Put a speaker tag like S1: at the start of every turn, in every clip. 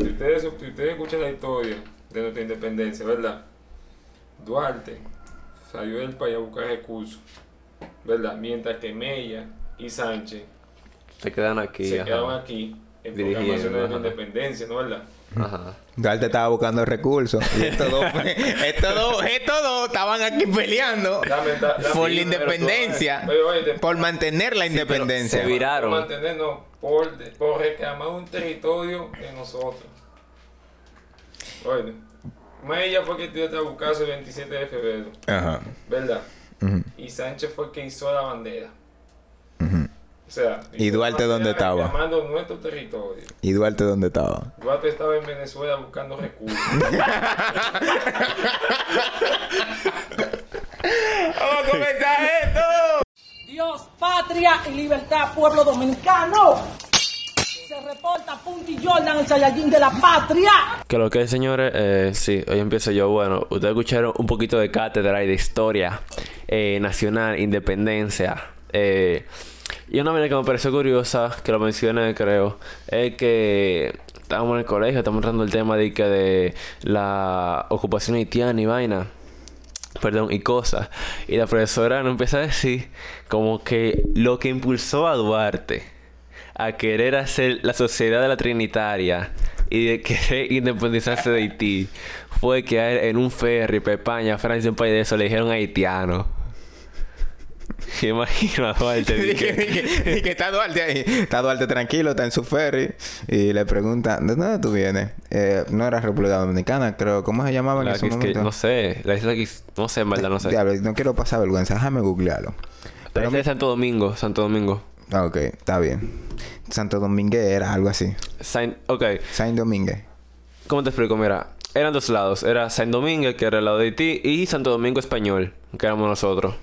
S1: ustedes, si ustedes escuchan la historia de nuestra independencia, ¿verdad? Duarte salió del país a buscar recursos, ¿verdad? Mientras que Mella y Sánchez
S2: Se quedan aquí.
S1: se
S2: ajá.
S1: quedaron aquí en
S2: Dirigiendo,
S1: programación de la
S2: ajá.
S1: independencia, ¿no verdad?
S2: Ajá.
S3: Duarte estaba buscando recursos. Y estos dos, estos dos, estos dos estaban aquí peleando
S1: Dame, da- dame-
S3: por la
S1: pero tú-
S3: independencia.
S1: Pero oye, te-
S3: Por mantener la independencia.
S2: se viraron.
S1: mantenernos por, de- por reclamar un territorio de nosotros. Oye, Mella fue quien dio este buscazo el 27 de febrero,
S3: Ajá.
S1: ¿verdad?
S3: Ujú.
S1: Y Sánchez fue quien hizo la bandera. O sea,
S3: ¿Y Duarte dónde estaba?
S1: Reclamando nuestro territorio.
S3: ¿Y Duarte dónde estaba?
S1: Duarte estaba en Venezuela buscando recursos.
S3: ¡Vamos a comenzar esto!
S4: Dios, patria y libertad, pueblo dominicano. Se reporta Punti Jordan, el Saiyajin de la patria.
S5: Que lo que es, señores, eh, sí, hoy empiezo yo. Bueno, ustedes escucharon un poquito de cátedra y de historia eh, nacional, independencia. eh, y una manera que me pareció curiosa, que lo mencioné, creo, es que estábamos en el colegio, estamos tratando el tema de, que de la ocupación haitiana y vaina perdón, y cosas. Y la profesora nos empieza a decir como que lo que impulsó a Duarte a querer hacer la sociedad de la Trinitaria y de querer independizarse de Haití fue que a él en un ferry para España, Francia, un país de eso, le dijeron haitiano. Y imagino a Duarte.
S3: Y
S5: dije,
S3: que, y que- y que está Duarte ahí. Está Duarte tranquilo, está en su ferry. Y le pregunta, ¿de dónde tú vienes? Eh, no era República Dominicana, creo. ¿Cómo se llamaba en
S5: la
S3: ese
S5: que- que-
S3: momento?
S5: no sé, la isla que no sé, en verdad, no sé.
S3: Diablo, no quiero pasar vergüenza. Déjame googlearlo.
S5: La isla de Santo Domingo, Santo Domingo.
S3: Ah, ok. Está bien. Santo Domingue era algo así.
S5: Saint, ok,
S3: Saint Domingue.
S5: ¿Cómo te explico? Mira, eran dos lados. Era San Domingo, que era el lado de Haití, y Santo Domingo Español, que éramos nosotros.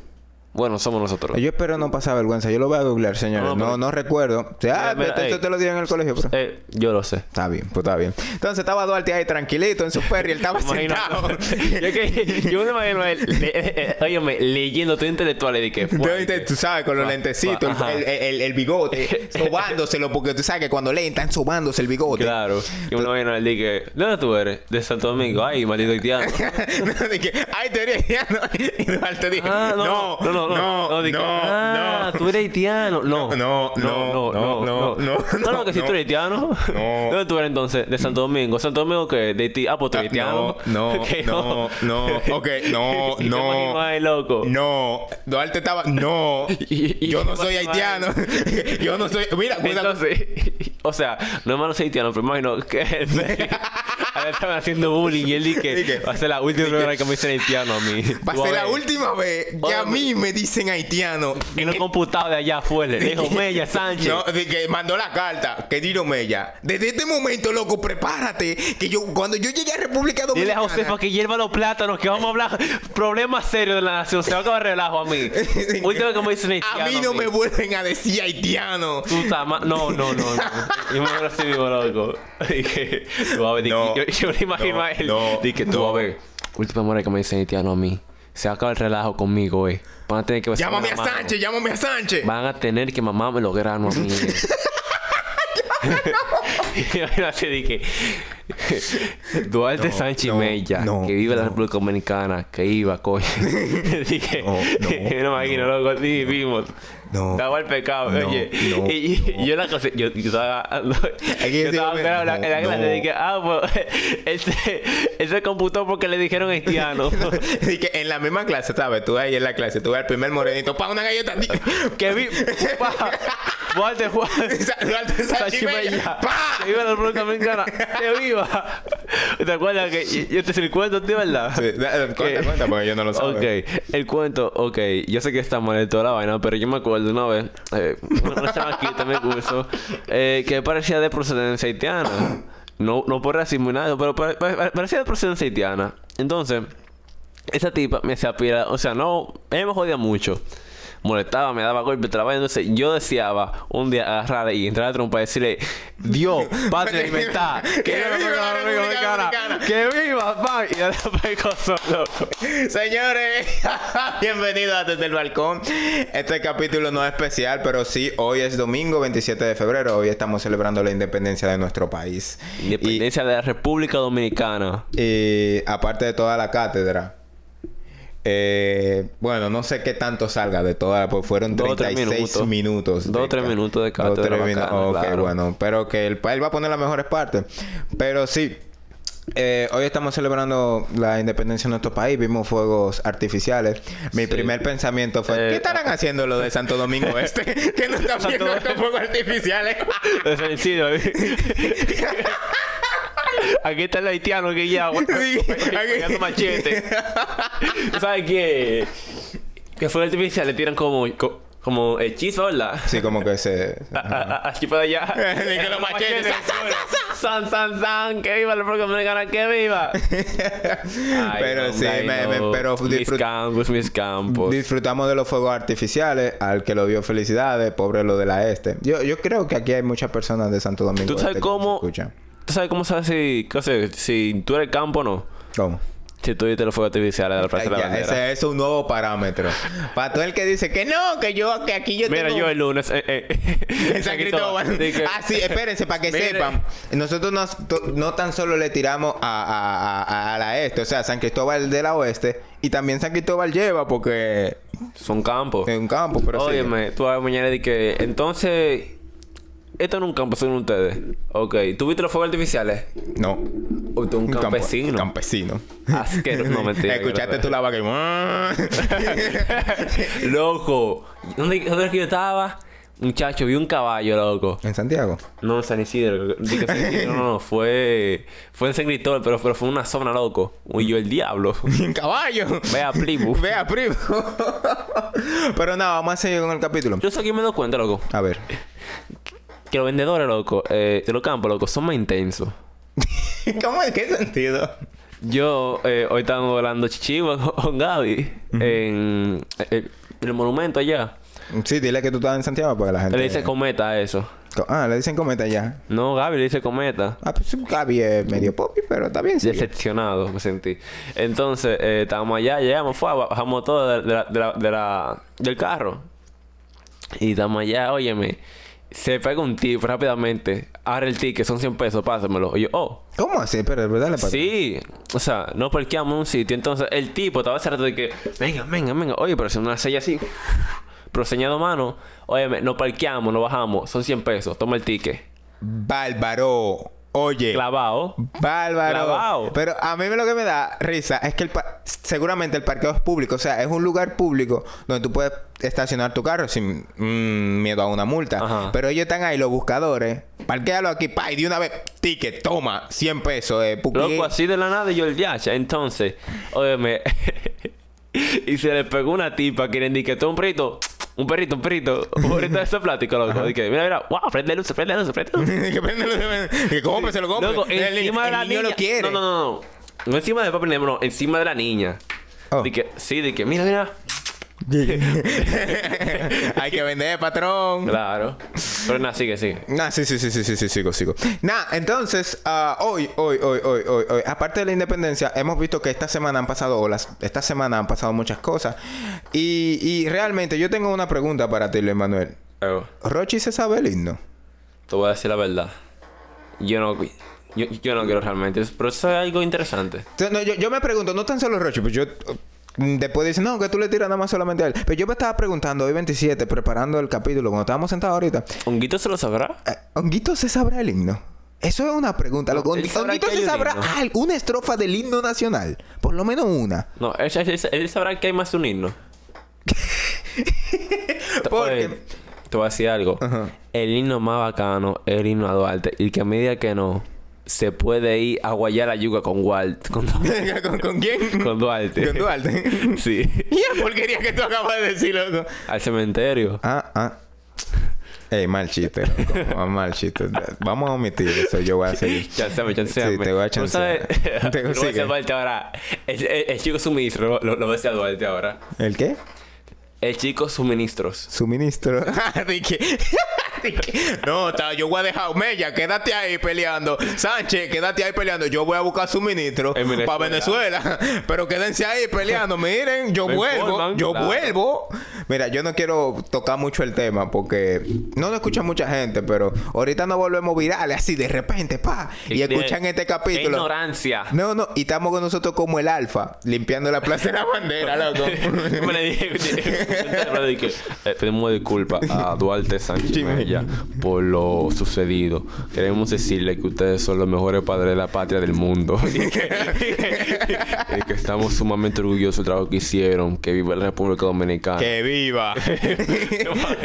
S5: Bueno, somos nosotros.
S3: Yo espero no pasar vergüenza. Yo lo voy a googlear, señores. No,
S5: No,
S3: no,
S5: pero-
S3: recuerdo. O sea, ah,
S5: Mira, mira,
S3: pero
S5: ey.
S3: esto te lo dieron en el colegio, pero...
S5: Eh, yo lo sé.
S3: Está bien, pues está bien. Entonces estaba Duarte ahí tranquilito en su ferry. Él estaba
S5: Imagino-
S3: sentado.
S5: yo, que, yo me imagino a él, le- eh, óyeme, leyendo todo intelectual y de que fue.
S3: Entonces, tú sabes, con los
S5: Fua-
S3: lentecitos,
S5: fua- ajá.
S3: el, el- el- el bigote, sobándoselo, porque tú sabes que cuando leen están sobándose el bigote.
S5: Claro. Yo me imagino a él de que, ¿de dónde tú eres? De Santo Domingo. Ay, maldito haitiano.
S3: no, dije, ay, te eres haitiano. Y Duarte dijo,
S5: Ah,
S3: no, no, no, no,
S5: de que,
S3: no,
S5: ah, tú eres haitiano. No,
S3: No, no, no, no, no,
S5: No, no, que si
S3: no.
S5: tú eres haitiano.
S3: No.
S5: ¿Dónde tú eres entonces? De Santo Domingo. ¿Santo Domingo que ¿De Haití? Ah, pues tú eres haitiano.
S3: No,
S5: Que
S3: no, no, no, ok, no,
S5: Y yo me imagino
S3: no.
S5: a él, loco.
S3: No, Duarte estaba, no,
S5: Y- y-
S3: yo no
S5: y-
S3: soy haitiano, yo no soy, mira, cuida-
S5: Entonces, o sea, no hermano soy haitiano, pero imagino que a él estaban haciendo bullying y él
S3: Dije,
S5: dice va a ser la última vez que me dicen haitiano a mí.
S3: va a
S5: Tú
S3: ser
S5: ver.
S3: la
S5: pues,
S3: última vez que a
S5: Óyeme.
S3: mí me dicen haitiano.
S5: Y no computado de allá fue, le dijo Mella Sánchez.
S3: No, de que mandó la carta, querido Mella, desde este momento, loco, prepárate, que yo, cuando yo llegué a República
S5: Dile
S3: Dominicana...
S5: a Josefa que hierva los plátanos, que vamos a hablar problemas serios de la nación. Se va a acabar el relajo a mí. Última que me dicen haitiano.
S3: A mí no me vuelven a decir haitiano.
S5: Tú estás ma- No, no, no, no. Yo me acuerdo así mismo, loco. Dije, tú vas a ver. di-
S3: No,
S5: yo, yo me imagino
S3: no,
S5: a él.
S3: no,
S5: Dije, tú
S3: no.
S5: vas a ver. Última manera que me dicen haitiano a mí. Se va a acabar el relajo conmigo, güey. Van a tener que besarme
S3: Llámame
S5: la
S3: a
S5: mano.
S3: Sánchez, llámame a Sánchez.
S5: Van a tener que mamarme los granos a mí. Y yo así dije Duarte
S3: No,
S5: Sánchez
S3: no,
S5: Mella,
S3: no,
S5: que vive en la
S3: no.
S5: República Dominicana, que iba, coño. dije,
S3: No, no,
S5: yo no me imagino, loco, sí, vimos.
S3: No.
S5: Estaba el pecado,
S3: No,
S5: oye.
S3: no,
S5: y, y- yo la cosa, yo, yo estaba. no,
S3: que
S5: yo
S3: decirlo,
S5: estaba
S3: mira,
S5: en la, en la
S3: no,
S5: clase
S3: no.
S5: dije, ah, pues, él se, él se computó porque le dijeron haitiano.
S3: Así que en la misma clase, ¿sabes? Tú ahí en la clase, tú ves al primer morenito, pa, una galleta.
S5: que vi. pa, Duarte Juan.
S3: Duarte Sánchez Mella. ¡Pa!
S5: ¡Pah! Que viva la República Dominicana. ¡Que viva! ¿Te acuerdas que yo- yo te hice el cuento, tío, verdad?
S3: Sí, da- da- cuenta,
S5: Que-
S3: cuenta, porque yo no lo saben.
S5: Ok, el cuento, ok. Yo sé que está mal toda la vaina, pero yo me acuerdo una vez, eh, una chamaquita me curso, eh, que parecía de procedencia haitiana. No, no por racismo ni nada, pero pare- pare- parecía de procedencia haitiana. Entonces, esa tipa me hacía pila, o sea, no, ella me jodía mucho. molestaba, me daba golpe, trabajo. Entonces yo deseaba un día agarrar y entrar a trompa y decirle, Dios, patria libertad, que viva la República Dominicana, que viva, pan. Y yo le pego solo.
S3: Señores, bienvenidos a Desde el Balcón. Este capítulo no es especial, pero sí, hoy es domingo 27 de febrero. Hoy estamos celebrando la independencia de nuestro país. Y,
S5: Independencia de la República Dominicana.
S3: y eh, aparte de toda la cátedra, eh, bueno, no sé qué tanto salga de toda, pues fueron
S5: Dos o tres
S3: 36
S5: minutos.
S3: minutos.
S5: Dos o tres minutos de
S3: Dos o tres
S5: cátedra
S3: minu-
S5: bacana,
S3: ok,
S5: claro.
S3: bueno, pero que el, pa- él va a poner las mejores partes. Pero sí. eh, hoy estamos celebrando la independencia de nuestro país. Vimos fuegos artificiales. Mi
S5: Sí.
S3: primer pensamiento fue:
S5: Eh,
S3: ¿Qué estarán haciendo lo de Santo Domingo Este? que no están viendo estos fuegos artificiales.
S5: De San Isidro. Aquí está el haitiano que ya, güey.
S3: Sí, aquí.
S5: pegando machete. ¿Tú ¿Sabes qué? Que fue artificial, le tiran como, co- como eh, chispa, ¿verdad?
S3: sí, como que se.
S5: A- a- a- Aquí para allá.
S3: Ni que los machetes,
S5: San, san, san. Que viva la República Dominicana, que viva. Ay,
S3: pero
S5: no,
S3: sí,
S5: ay,
S3: me- me-
S5: no.
S3: pero
S5: mis
S3: disfrut-
S5: campos, mis campos.
S3: Disfrutamos de los fuegos artificiales. Al que lo vio, felicidades. Pobre lo de la este. Yo, yo creo que aquí hay muchas personas de Santo Domingo.
S5: ¿Tú sabes
S3: Este que
S5: cómo-
S3: nos escuchan.
S5: ¿Tú sabes cómo sabes si, qué sé, si tú eres campo o no?
S3: ¿Cómo?
S5: Si tú viste los fuegos artificiales de la Plaza de la
S3: Ya,
S5: Bandera.
S3: ese es un nuevo parámetro. Para todo el que dice que no, que yo, que aquí yo
S5: Mira,
S3: tengo...
S5: yo el lunes. Eh, eh,
S3: En San Cristóbal.
S5: Dije-
S3: Ah, sí, espérense, para que
S5: Mire.
S3: sepan. Nosotros no, to- no tan solo le tiramos a, a- a- a la este, o sea, San Cristóbal de la oeste, y también San Cristóbal lleva, porque
S5: Son campos.
S3: es un campo, pero sí.
S5: Óyeme, tú vas mañana y que. Entonces. Esto no es un campo, son ustedes. Ok. ¿Tú viste los fuegos artificiales?
S3: No.
S5: Uy, tú un
S3: campo-
S5: campesino.
S3: campesino.
S5: Asqueroso. No, mentira. que
S3: Escuchaste tú
S5: no
S3: la vaca "Ah". y...
S5: sé. Loco. ¿Dónde, dónde es que yo estaba? Muchacho, vi un caballo, loco.
S3: ¿En Santiago?
S5: No, en San Isidro. Dije San Isidro, no, no, fue. Fue en San Cristóbal, pero, pero fue una zona, loco. Uy, yo el diablo.
S3: ¿En caballo?
S5: Vea, primo.
S3: Vea, primo. Pero nada, vamos a seguir con el capítulo.
S5: Yo sé que me doy cuenta, loco.
S3: A ver.
S5: Que los vendedores, loco, eh, de los campos, loco, son más intensos.
S3: ¿Cómo? ¿En qué sentido?
S5: Yo eh, hoy estamos hablando chichiva con- con Gaby en, eh, el monumento allá.
S3: Sí, dile que tú estabas en Santiago porque la gente...
S5: Le dice cometa a eso.
S3: Co- Ah, le dicen cometa ya.
S5: No, Gaby le dice cometa.
S3: Ah, pues Gaby es medio popi, pero está bien. sigue.
S5: Decepcionado me sentí. Entonces, eh, estábamos allá, llegamos, fue, bajamos todo de, de la, de la- de la- del carro. Y estamos allá, óyeme. Se pega un tip rápidamente. Abre el ticket, son 100 pesos, pásamelo. Y yo, oh.
S3: ¿Cómo así? Pero es verdad le pasa.
S5: Sí, o sea, no parqueamos en un sitio. Entonces el tipo estaba cerrado de que, venga, venga, venga, oye, pero si una sella así, pero señado mano, oye, no parqueamos, no bajamos, son 100 pesos, toma el ticket.
S3: Bárbaro. Oye.
S5: Clavado.
S3: Bárbaro.
S5: Clavao.
S3: Pero a mí lo que me da risa es que el pa- seguramente el parqueo es público. O sea, es un lugar público donde tú puedes estacionar tu carro sin mm, miedo a una multa.
S5: Ajá.
S3: Pero ellos están ahí, los buscadores. Parquéalo aquí, pa, y de una vez, ticket, toma, 100 pesos. Eh, puqui.
S5: Loco, así de la nada y yo el yacha. Entonces, óyeme, y se le pegó una tipa que le indique, tú un perrito, un perrito, un perrito, un perrito de ese plástico, loco. Dije, mira, mira, wow, prende luz, prende luz, prende luz.
S3: que préndelo, que compre, se lo compre.
S5: Loco,
S3: El ni-
S5: encima de
S3: el
S5: la
S3: niño
S5: niña.
S3: lo quiere.
S5: No, no, no, no. No encima de papel, no, encima de la niña.
S3: Oh.
S5: De que, sí, de que, mira, mira.
S3: Hay que vender, patrón.
S5: Claro. Pero nada, sigue, sigue.
S3: Nah, sí, sí, sí, sí, sí, sí, sigo, sigo. Nah, entonces, ah, hoy, hoy, hoy, hoy, hoy, hoy, aparte de la independencia, hemos visto que esta semana han pasado, o las, esta semana han pasado muchas cosas. Y, y realmente yo tengo una pregunta para ti, Luis Manuel.
S5: Luego,
S3: ¿Rochi se sabe el himno?
S5: te voy a decir la verdad. Yo no, yo, yo no quiero realmente. Pero eso es algo interesante.
S3: Entonces, no, yo, yo me pregunto, no tan solo Rochi, pues yo... mm, Después dicen, no, que tú le tiras nada más solamente a él. Pero yo me estaba preguntando hoy 27, preparando el capítulo, cuando estábamos sentados ahorita,
S5: ¿Honguito se lo sabrá?
S3: Eh, ¿Honguito se sabrá el himno? Eso es una pregunta. loco.
S5: Él sabrá
S3: ¿Honguito
S5: que hay
S3: se
S5: un
S3: sabrá
S5: himno.
S3: alguna estrofa del himno nacional? Por lo menos una.
S5: No, él, él- él sabrá que hay más de un himno. Te-
S3: Porque-
S5: oye, te voy a decir algo. El himno más bacano es el himno a Duarte. Y que a medida que no, se puede ir a Guayar a Yuga con Walt. Con,
S3: ¿Con, con quién?
S5: con Duarte.
S3: Con Duarte.
S5: Sí.
S3: Mira la porquería que tú acabas de decir, loco.
S5: Al cementerio.
S3: Ah, ah. Ey, mal chiste, loco. Ah, Mal chiste. Vamos a omitir eso. Yo voy a seguir.
S5: Chanceame, chanceame.
S3: Sí, te voy a
S5: Pero,
S3: chancear.
S5: ¿sabes?
S3: Te-
S5: Lo voy a
S3: sigue.
S5: hacer Duarte ahora. El, el- el chico suministro lo, lo, lo voy a hacer Duarte ahora.
S3: ¿El qué?
S5: El chico suministros.
S3: Suministro. Di que- di que, no, ta- yo voy a dejar Mella, quédate ahí peleando. Sánchez, quédate ahí peleando. Yo voy a buscar suministro
S5: En Venezuela.
S3: para Venezuela. Pero quédense ahí peleando. Miren, yo
S5: Me
S3: vuelvo.
S5: informan,
S3: yo
S5: claro.
S3: vuelvo. Mira, yo no quiero tocar mucho el tema porque no lo escucha mucha gente, pero ahorita nos volvemos virales así de repente, pa. Y escuchan este
S5: Qué
S3: capítulo.
S5: ignorancia.
S3: No, no, y estamos con nosotros como el alfa, limpiando la plaza de la bandera, loco.
S5: Me le dije, me le dije, eh, pedimos disculpas a Duarte Sánchez
S3: Sí, me-
S5: Mella por lo sucedido. Queremos decirle que ustedes son los mejores padres de la patria del mundo. y, que, y que estamos sumamente orgullosos del trabajo que hicieron. Que viva la República Dominicana.
S3: ¡Que viva!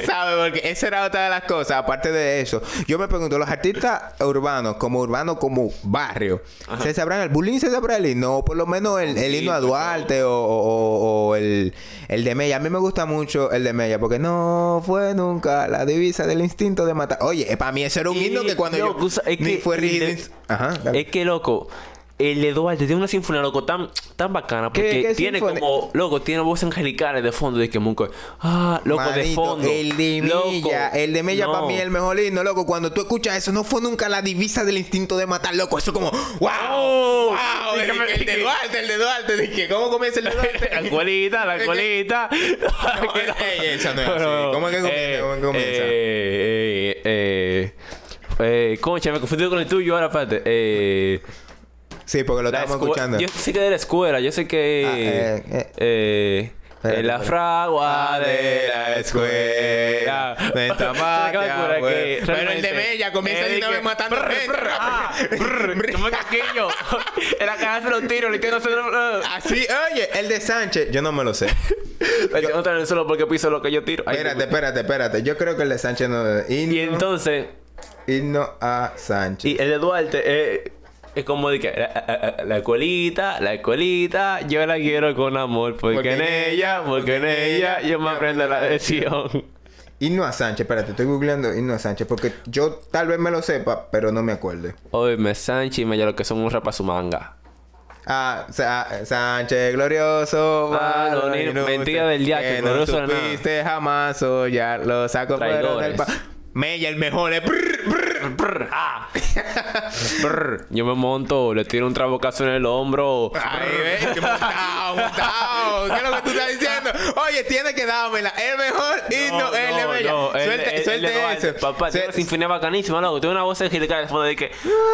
S3: ¿Sabes? Porque esa era otra de las cosas. Aparte de eso, yo me pregunto, los artistas urbanos, como urbano, como barrio, ¿se sabrán el bullying? ¿Se sabrá el himno? O por lo menos el, el himno a Duarte o, o- o- o el, el de Mella. A mí me gusta mucho el de Mella porque no fue nunca la divisa del instinto de matar. Oye, eh, para mí ese era un himno que cuando
S5: loco,
S3: yo...
S5: o sea, Eh, pues, es
S3: ni
S5: que-
S3: fue rígido.
S5: de-
S3: Ajá, dale.
S5: Es que loco. El de Duarte tiene una sinfonía, loco, tan, tan bacana.
S3: ¿Qué-
S5: Porque
S3: qué
S5: tiene
S3: sinfonía?
S5: como, loco, tiene voces angelicales de fondo. De que Munco, ah, loco, de
S3: Manito,
S5: fondo.
S3: El de
S5: Loco,
S3: Mella. El de Mella para
S5: no.
S3: mí es el mejor himno, loco. Cuando tú escuchas eso, no fue nunca la divisa del instinto de matar, loco. Eso como, wow. wow
S5: Oh, Dígame-
S3: el, el de Duarte, el de Duarte. Dije, ¿cómo comienza el de
S5: La
S3: Duarte?
S5: colita, la colita.
S3: ey, eso no es así. ¿Cómo es que comienza?
S5: eh,
S3: ¿Cómo es que comienza?
S5: Eh, eh, eh, eh, concha, me confundí con el tuyo ahora, espérate. Eh,
S3: sí, porque lo
S5: la
S3: estamos
S5: escu-
S3: escuchando.
S5: Yo sé que de la escuela, yo sé que.
S3: Ah, eh, eh.
S5: eh,
S3: Espérate,
S5: en la
S3: espérate. Ah,
S5: fragua de la
S3: escuela.
S5: escuela.
S3: de esta patria, güey. Pero el de Mella
S5: Bella
S3: comienza de una vez matando gente.
S5: ah, ¿Cómo es que aquello? Era cagárselo un tiro, le quiero hacer.
S3: Así, Ah, oye, el de Sánchez, yo no me lo sé.
S5: Le tengo que traer solo porque piso lo que yo tiro. Ay,
S3: Ah, Espérate,
S5: me-
S3: espérate, espérate. Yo creo que el de Sánchez no es himno,
S5: Y entonces,
S3: himno a Sánchez.
S5: y el de Duarte eh, es como de que eh, la, la- la escuelita, la escuelita, yo la quiero con amor, porque,
S3: Porque
S5: en
S3: en
S5: ella, porque en ella, yo me aprendo la lección.
S3: Himno a Sánchez, espérate, estoy googleando himno a Sánchez porque yo tal vez me lo sepa, pero no me acuerde.
S5: Hoy me Sanchi y me lo que son un rapa su manga.
S3: Ah, Sa- Sánchez glorioso,
S5: Ah,
S3: varón
S5: no, ni-
S3: ilustre,
S5: mentira del diacho,
S3: que no
S5: glorioso de nada.
S3: supiste jamás hollar, lo saco fuera del
S5: Traidores.
S3: pa... Mella el mejor, eh, brr, brr.
S5: Brr, ah. Brr. Yo me monto, le tiro un trabocazo en el hombro.
S3: Ay, ve, qué montado, montado. ¿Qué es lo que tú estás diciendo? Oye, tiene que dármela. El mejor himno,
S5: No,
S3: el de
S5: no,
S3: Mella.
S5: no, el-
S3: suelte
S5: el-
S3: suelte
S5: el de Duarte.
S3: eso.
S5: Papá,
S3: Se- Ah.
S5: tiene una sinfonía bacanísima, loco. Tiene una voz angelical de fondo de que...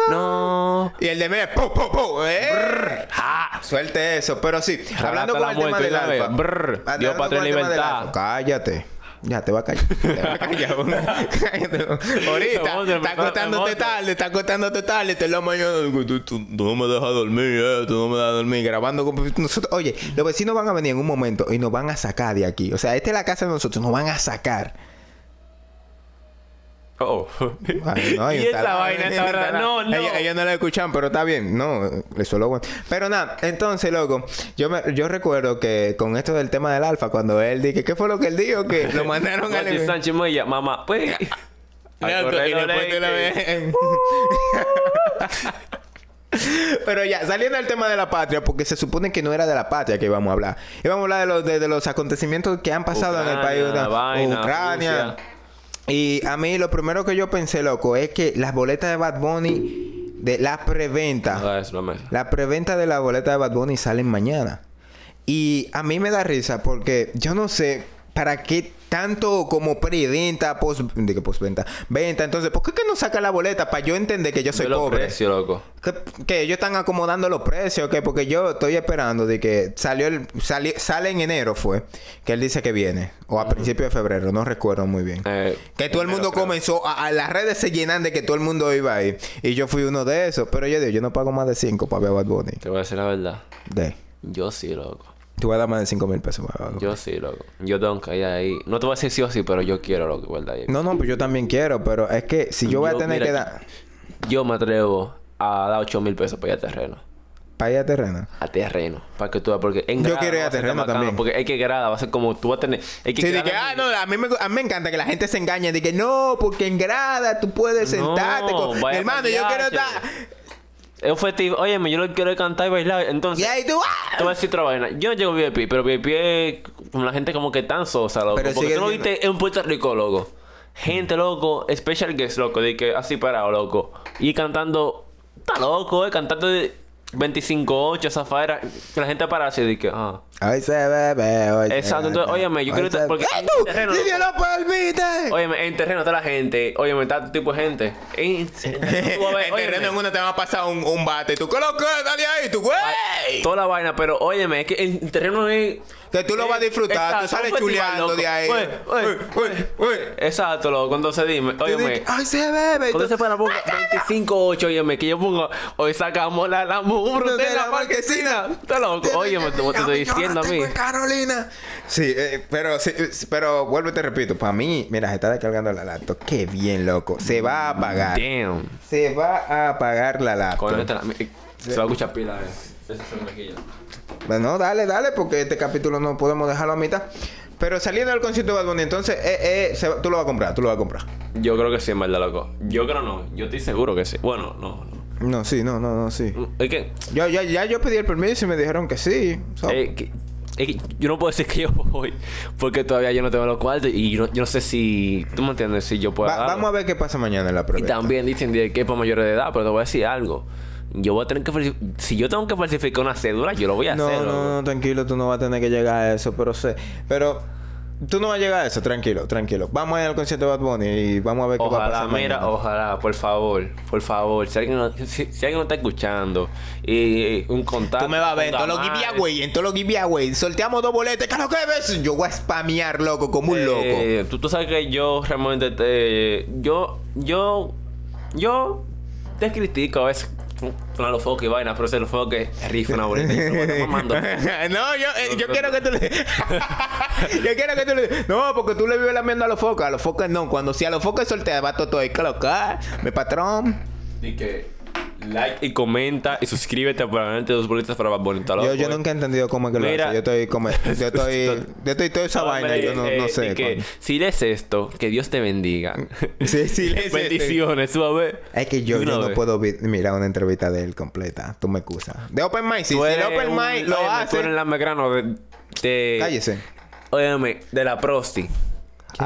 S5: No...
S3: Y el de Mella, pu, pu, pu, eh.
S5: Ah.
S3: Suelte eso, pero sí,
S5: Relata
S3: hablando con
S5: la
S3: el tema
S5: muerte
S3: del
S5: de una vez.
S3: alfa.
S5: Brr.
S3: hablando
S5: Dios,
S3: con
S5: patria,
S3: el tema del
S5: libertad.
S3: alfa, Cállate. Ya te va a callar. Te va a callar. uno. Cállate.
S5: Me monto,
S3: Ahorita
S5: me
S3: está
S5: monto, me
S3: acostándote
S5: monto.
S3: tarde, está acostándote tarde, te lo mañana. digo, Tú, tú- tú no me dejas dormir, eh, tú no me dejas dormir. Grabando con nosotros. Oye, los vecinos van a venir en un momento y nos van a sacar de aquí. O sea, esta es la casa de nosotros, nos van a sacar.
S5: Oh.
S3: Ay, no, ellos
S5: y esa
S3: tal-
S5: vaina está verdad. No, no.
S3: Ellos, ellos no la escuchan, pero está bien. No, eso es lo bueno. Pero nada, entonces, loco, yo me, yo recuerdo que con esto del tema del alfa, cuando él dije, ¿qué fue lo que él dijo? Que lo mandaron al.
S5: Jorge Sánchez Mella, mamá, pues. Al
S3: Loco, y
S5: correo
S3: después tú la
S5: leite.
S3: ves. Pero ya, saliendo del tema de la patria, porque se supone que no era de la patria que íbamos a hablar. Íbamos a hablar de los, de, de los acontecimientos que han pasado en el país.
S5: Ucrania,
S3: ¿no?
S5: vaina,
S3: Ucrania.
S5: Rusia.
S3: Y a mí lo primero que yo pensé, loco, es que las boletas de Bad Bunny, de la preventa,
S5: Ah, es una mesa.
S3: la preventa de la boleta de Bad Bunny salen mañana. Y a mí me da risa porque yo no sé para qué tanto como preventa, post, de que postventa, venta. Entonces, ¿por qué que no saca la boleta? Para yo entender que yo soy
S5: Ve los
S3: pobre.
S5: precios, loco.
S3: Que, que ellos están acomodando los precios, que porque yo estoy esperando de que salió el sali- sale en enero fue que él dice que viene o a principios de febrero, no recuerdo muy bien.
S5: Eh,
S3: Que todo el
S5: enero,
S3: mundo
S5: creo.
S3: comenzó, a, a las redes se llenan de que todo el mundo iba ahí. Y yo fui uno de esos, pero yo digo, yo no pago más de 5 para ver a Bad Bunny.
S5: Te voy a decir la verdad.
S3: De.
S5: Yo sí, loco.
S3: Tú vas a dar más de 5 mil pesos para ver a Bad Bunny.
S5: Yo sí, loco. Yo tengo que ir ahí. No te voy a decir sí o sí, pero yo quiero, loco, igual de ahí.
S3: No, no, pues yo también quiero, pero es que si yo voy a
S5: Yo,
S3: tener
S5: mira,
S3: que dar
S5: Yo me atrevo a dar 8 mil pesos para ir a terreno.
S3: para ir a terreno.
S5: A terreno. Para que tú veas, porque en
S3: Yo
S5: grada
S3: quiero ir a
S5: va ser tan
S3: terreno
S5: bacano,
S3: también.
S5: Porque es que grada va a ser como tú vas a tener. Es que
S3: Sí, de
S5: grada
S3: que, ah, no, a mí, me, a mí me encanta que la gente se engañe. De que no, porque en grada tú puedes
S5: No,
S3: sentarte con.
S5: vaya
S3: Hermano,
S5: pa'
S3: yo quiero
S5: diache.
S3: estar.
S5: Es un festival. Óyeme, yo lo quiero cantar y bailar.
S3: Y
S5: Entonces,
S3: ahí tú, ¡ah!
S5: te voy a decir otra vaina. Yo no llego VIP, pero VIP es como la gente como que tan sosa, loco.
S3: Pero
S5: Porque
S3: sigue
S5: tú no
S3: siendo-
S5: viste un Puerto Rico, loco. Gente, loco, special guest, loco, de que así parado, loco. Y cantando, está loco, eh, cantando de 25-8, esa faera. Que La gente para así, de que, ah.
S3: Hoy se bebe, hoy se
S5: Exacto, entonces,
S3: bebe,
S5: óyeme, yo
S3: hoy
S5: quiero-
S3: se-
S5: porque-
S3: ¡Ey, tú!
S5: Terreno,
S3: ¡Si
S5: loco.
S3: Dios lo permite!
S5: Óyeme, en terreno está la gente. Óyeme, está tu tipo de gente. En, tú vas a ver,
S3: En
S5: óyeme,
S3: terreno en uno te va a pasar un, un bate. Tú, ¿qué lo que? Dale ahí, tú, güey.
S5: Toda la vaina, pero óyeme, es que en terreno es...
S3: Que tú lo vas a disfrutar, tú
S5: Exacto,
S3: sales
S5: un festival,
S3: chuleando
S5: loco.
S3: de ahí.
S5: Oye, oye,
S3: uy, uy.
S5: Exacto, loco. Entonces dime, óyeme...
S3: Ay, se bebe.
S5: Cuando se para ponga 25-8, óyeme, que yo pongo, hoy sacamos la lamurra de la marquesina. Está loco, óyeme, como te estoy diciendo a mí.
S3: Carolina. Sí, eh, pero, sí, eh, pero vuelvo y te repito. Para mí, mira, se está descargando la laptop. Qué bien, loco. Se va a apagar.
S5: Damn.
S3: Se va a apagar la laptop.
S5: Conéctala. mi- Se va a escuchar pila, eh. Ese es el mequillo.
S3: Bueno, dale, dale, porque este capítulo no podemos dejarlo a mitad. Pero saliendo del concierto de Bad Bunny, entonces, eh, eh, se va- tú lo vas a comprar, tú lo vas a comprar.
S5: Yo creo que sí, en verdad, loco. Yo creo no. Yo estoy seguro que sí. Bueno, no, no.
S3: No, sí, no, no, no, sí.
S5: Es que,
S3: Yo, ya, ya yo pedí el permiso y me dijeron que sí. so-
S5: eh, que- es que yo no puedo decir que yo voy porque todavía yo no tengo los cuartos y yo no, yo no sé si... ¿Tú me entiendes? Si yo puedo
S3: Va- vamos a ver qué pasa mañana en la
S5: pues Y
S3: prueba.
S5: también dicen de que es para mayores de edad, pero te voy a decir algo. Yo voy a tener que falsi- Si yo tengo que falsificar una cédula, yo lo voy a
S3: No,
S5: hacer.
S3: no, no, tranquilo, tú no vas a tener que llegar a eso, pero sé. Pero tú no vas a llegar a eso, tranquilo, tranquilo. Vamos a ir al concierto de Bad Bunny y vamos a ver qué va a
S5: Ojalá,
S3: pasar.
S5: mira,
S3: mañana.
S5: ojalá, por favor, por favor, si alguien, no- si, si alguien no está escuchando y, y un contacto.
S3: Tú me vas a ver en
S5: un
S3: todos los
S5: damán,
S3: giveaway, en todos los giveaway. Sorteamos dos boletos, ¿qué es lo que ves? Yo voy a spamear, loco, como un loco.
S5: eh, tú, tú sabes que yo realmente te. Yo. Yo. Yo. Te critico a veces con los focos y vainas, pero ese los focos que rifa una boleta. y yo, bueno, mamando.
S3: no, yo, eh, yo
S5: no,
S3: quiero
S5: no.
S3: que tú le. yo quiero que tú le. No, porque tú le vives lamiendo a los focos. A los focos no. Cuando si a los focos soltea, va todo todo. colocar. ah, Mi patrón.
S5: Y que like y comenta y suscríbete para ganarte dos boletas para Bad Bunny. está
S3: Yo,
S5: loco,
S3: yo
S5: eh.
S3: nunca he entendido cómo es que
S5: Mira.
S3: lo hace. Yo estoy como. Yo estoy. Yo estoy toda esa
S5: No,
S3: vaina.
S5: hombre,
S3: Yo no,
S5: eh,
S3: no
S5: eh,
S3: sé.
S5: y que
S3: coño.
S5: si lees esto, que Dios te bendiga.
S3: Sí, sí, lees esto.
S5: Bendiciones, suave.
S3: Es que yo,
S5: Tú
S3: yo no
S5: ves.
S3: puedo vi- mirar una entrevista de él completa. Tú me excusas. De Open Mic, si, si
S5: Tú
S3: el
S5: eres
S3: Open
S5: un-
S3: Mic pues, lo
S5: óyeme, Tú
S3: hace.
S5: eres el lamegrano de. de-
S3: Cállese.
S5: Óyeme, de la prosti.
S3: ¿Quién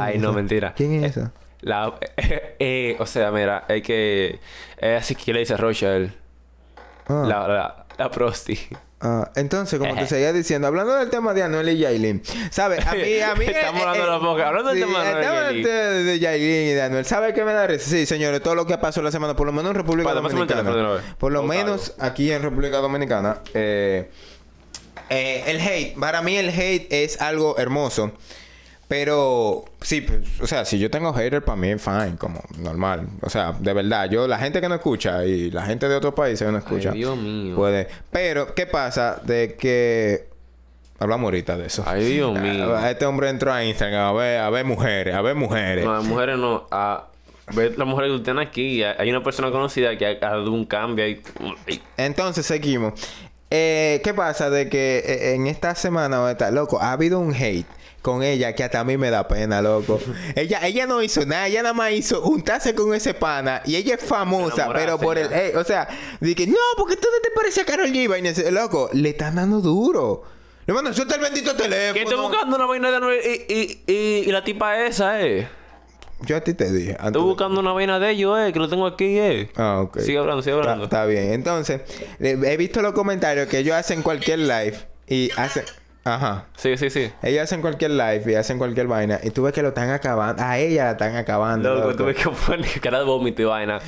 S5: Ay,
S3: es
S5: no,
S3: esa?
S5: mentira.
S3: ¿Quién es esa?
S5: La. eh, o sea, mira, es que. Es así que le dice Rochelle.
S3: Ah.
S5: La, la, la prosti.
S3: Ah, entonces, como te seguía diciendo, hablando del tema de Anuel y Yailin, ¿sabes? A mí, a mí. eh,
S5: Estamos hablando de la boca. Hablando del tema de Anuel y
S3: estamos
S5: Yailin.
S3: de, de Yailin y de Anuel, ¿sabes qué me da risa? Sí, señores, todo lo que pasó la semana, por lo menos en República
S5: Vale, pásame el
S3: Dominicana.
S5: teléfono de una vez.
S3: Por lo
S5: Lo
S3: menos aquí en República Dominicana, eh, eh, el hate, para mí el hate es algo hermoso. Pero, sí, pues, o sea, si yo tengo hater, para mí es fine, como normal. O sea, de verdad, yo, la gente que no escucha y la gente de otros países que no escucha.
S5: Dios mío.
S3: Puede. Pero, ¿qué pasa? De que. Hablamos ahorita de eso.
S5: Ay, Dios mío.
S3: Ah, Este hombre entró a Instagram a ver, a ver mujeres, a ver mujeres.
S5: No, las mujeres no. A ver, las mujeres que están aquí. Hay hay una persona conocida que ha, ha dado un cambio. Y, y-
S3: Entonces, seguimos. Eh, ¿Qué pasa? De que eh, en esta semana, o esta- loco, ha habido un hate con ella que hasta a mí me da pena, loco. ella, ella no hizo nada, ella nada más hizo juntarse con ese pana y ella es famosa,
S5: Enamorarse
S3: pero por
S5: ya.
S3: el hate. O sea, de que no, porque tú no te pareces a Carol G. Vaina". Loco, le están dando duro. Le mando, suelta el bendito teléfono.
S5: que estoy buscando una vaina de Anuel y, y, y, y la tipa esa, eh.
S3: Yo a ti te dije. antes de-
S5: Estoy buscando una vaina de ellos, eh. Que lo tengo aquí, eh.
S3: Ah, ok.
S5: Sigue hablando, sigue
S3: Está-
S5: hablando.
S3: Está, bien. Entonces, le- he visto los comentarios que ellos hacen cualquier live y hacen. Ajá.
S5: Sí, sí, sí.
S3: Ellos hacen cualquier live y hacen cualquier vaina. Y tú ves que lo están acabando. A ella la están acabando.
S5: Loco,
S3: loco.
S5: tuve que poner cara de vómito y vaina.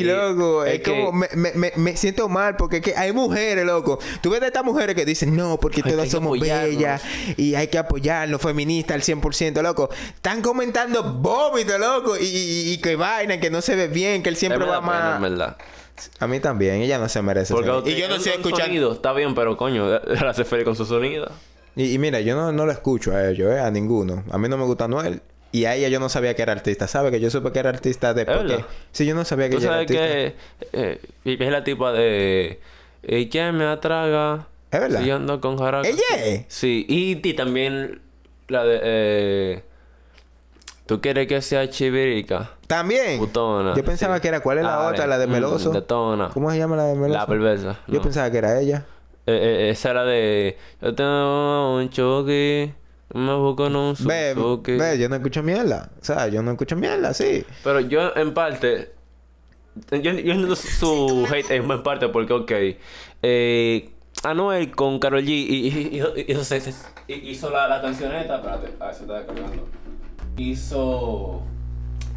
S5: Y
S3: loco. Es,
S5: es que-
S3: como. Me, me- me- me siento mal porque es que hay mujeres, loco. Tú ves de estas mujeres que dicen, no, porque
S5: Ay, hay
S3: todas
S5: que
S3: somos
S5: apoyarnos".
S3: bellas y hay que apoyarnos, feministas al 100%, loco. Están comentando vómito, loco. Y, y- y que vaina, que no se ve bien, que él siempre
S5: Me da
S3: va
S5: pena,
S3: más.
S5: en verdad. pues,
S3: A mí también, ella no se merece.
S5: Porque
S3: ese-
S5: usted-
S3: y yo no
S5: un-
S3: estoy
S5: un
S3: escuchando.
S5: sonido, está bien, pero coño, la hace feliz con su sonido.
S3: Y, y mira, yo no, no lo escucho a ellos, eh, a ninguno. A mí no me gusta Noel. Y a ella yo no sabía que era artista. ¿Sabe que yo supe que era artista después?
S5: verdad?
S3: que- Sí, yo no sabía que
S5: Tú
S3: ella era
S5: sabes
S3: artista.
S5: que eh, y es la tipa de. ¿Y quién me atraga?
S3: Es verdad.
S5: Si yo ando con jaraca.
S3: ¡Ella es!
S5: Sí, y, y también la de. eh, ¿Tú quieres que sea chivirica?
S3: También.
S5: Putona.
S3: Yo pensaba
S5: sí.
S3: que era... ¿Cuál es la
S5: Ah,
S3: otra?
S5: eh,
S3: La de
S5: mm,
S3: Meloso.
S5: Detona.
S3: ¿Cómo se llama la de Meloso?
S5: La perversa.
S3: Yo
S5: no.
S3: pensaba que era ella.
S5: Eh, eh, esa era de. Yo tengo un choque. Me busco no un
S3: Ve,
S5: Suzuki.
S3: ve, yo no escucho mierda. O sea, yo no escucho mierda, sí.
S5: Pero yo, en parte. Yo, yo entiendo su- su hate en, en parte porque, ok. Eh, Anuel con Karol G y- y- y- hizo, se- se- hizo la, la cancioneta. Espérate, ah, se está descargando. Hizo.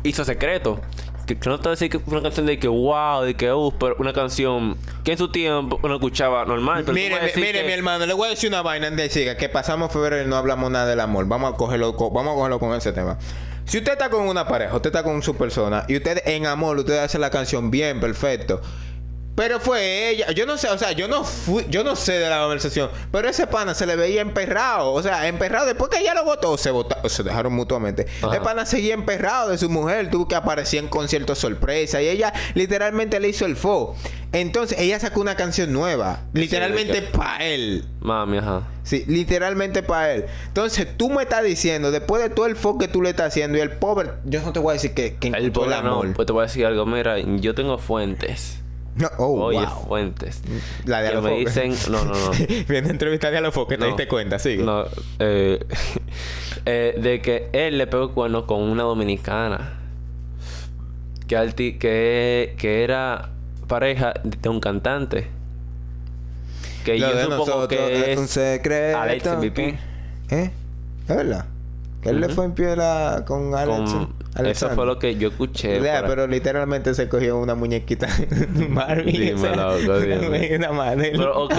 S5: Hizo secreto. Que, que no te voy a decir que fue una canción de que wow, de que uh, pero una canción que en su tiempo uno escuchaba normal. Pero tú
S3: Mire,
S5: vas a
S3: mi,
S5: decir
S3: mire,
S5: que-
S3: mi hermano, le voy a decir una vaina antes de que siga, que pasamos febrero y no hablamos nada del amor. Vamos a cogerlo, co- vamos a cogerlo con ese tema. Si usted está con una pareja, usted está con su persona y usted en amor, usted hace la canción bien, perfecto. Pero fue ella, yo no sé, o sea, yo no fui, yo no sé de la conversación, pero ese pana se le veía emperrado, o sea, emperrado después que ella lo votó, se vota- se dejaron mutuamente.
S5: Ajá.
S3: El pana seguía emperrado de su mujer, tuvo que aparecer en conciertos sorpresa y ella literalmente le hizo el fo. Entonces, ella sacó una canción nueva, literalmente
S5: de
S3: para él.
S5: Mami, ajá.
S3: Sí, literalmente para él. Entonces, tú me estás diciendo, después de todo el fo que tú le estás haciendo y el pobre, yo no te voy a decir que, que
S5: El
S3: encontró el,
S5: pobre no.
S3: amor.
S5: Pues te voy a decir algo. Mira, yo tengo fuentes.
S3: No, oh,
S5: Oye,
S3: wow.
S5: fuentes.
S3: La de
S5: que
S3: Alofoque.
S5: me dicen. No, no, no.
S3: Viene a entrevistar a Alofoque, te
S5: No.
S3: diste cuenta, sigue.
S5: No, eh, eh, de que él le pegó el cuerno con una dominicana. Que, alti- que, que era pareja de un cantante. Que
S3: Lo
S5: yo
S3: de
S5: supongo
S3: nosotros
S5: que es.
S3: es un secreto.
S5: Alex MVP.
S3: ¿Eh? ¿Es verdad? Que él le fue en piedra con
S5: con-
S3: Alex.
S5: eso
S3: Alexander.
S5: fue lo que yo escuché.
S3: Lea,
S5: por-
S3: pero literalmente se cogió una muñequita Barbie.
S5: Dime, loco, dime.
S3: Una mano.
S5: Pero, ok,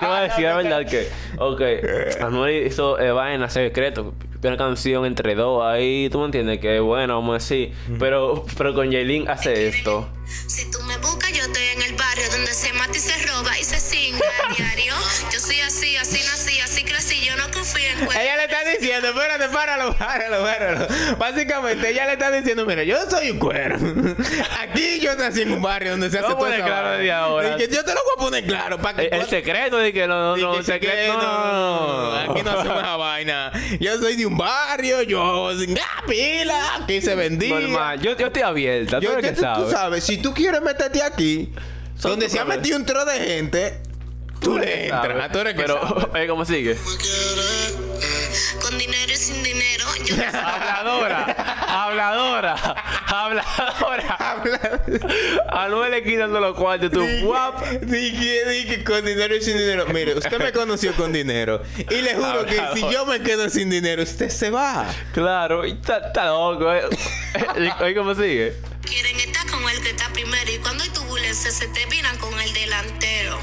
S5: te voy a decir la verdad que, ok, Anuel hizo eh, vaina secreto, una canción entre dos ahí, tú me entiendes que bueno, vamos a decir, pero, pero con Jaylin hace esto.
S2: Si tú me buscas, yo estoy en el barrio donde se mata y se roba y se cinga a diario. Yo soy así, así nací, así crecí, yo no confío en cuerpo.
S3: Ella le está diciendo, espérate, páralo, páralo, páralo. Básicamente, ella le está diciendo, mira, yo soy un cuero. Aquí yo nací en un barrio donde se hace
S5: Lo
S3: todo
S5: pone
S3: esa
S5: claro
S3: vaina.
S5: de ahora. Eh,
S3: Y que yo te lo voy a poner claro. Para que
S5: El, el
S3: cuando-
S5: secreto de que no, no,
S3: y
S5: no,
S3: que
S5: el
S3: si que
S5: secreto,
S3: no,
S5: no.
S3: Aquí no hacemos esa vaina. Yo soy de un barrio, yo... ¡Ah, pila! Aquí se vendía.
S5: Normal, yo, yo estoy abierta,
S3: Yo,
S5: tú eres
S3: yo-
S5: que
S3: tú, tú
S5: sabes.
S3: sabes, si tú quieres meterte aquí,
S5: Son
S3: donde
S5: tus
S3: se ha
S5: problemas.
S3: metido un tro de gente, tú, le entras. Tú eres que
S5: Pero,
S3: sabes.
S5: oye, ¿cómo sigue?
S2: Con dinero y sin dinero, yo no sé.
S5: Habladora, habladora, habladora.
S3: Habla-
S5: Anuel le quitando los cuartos, tú,
S3: Dije-
S5: guap.
S3: Dije, dije, con dinero y sin dinero. Mire, usted me conoció con dinero. Y le juro que si yo me quedo sin dinero, usted se va.
S5: Claro, y está, está loco, eh. Oye, ¿cómo sigue?
S2: quieren estar con el que está primero. Y cuando hay turbulencia, se te viran con el delantero.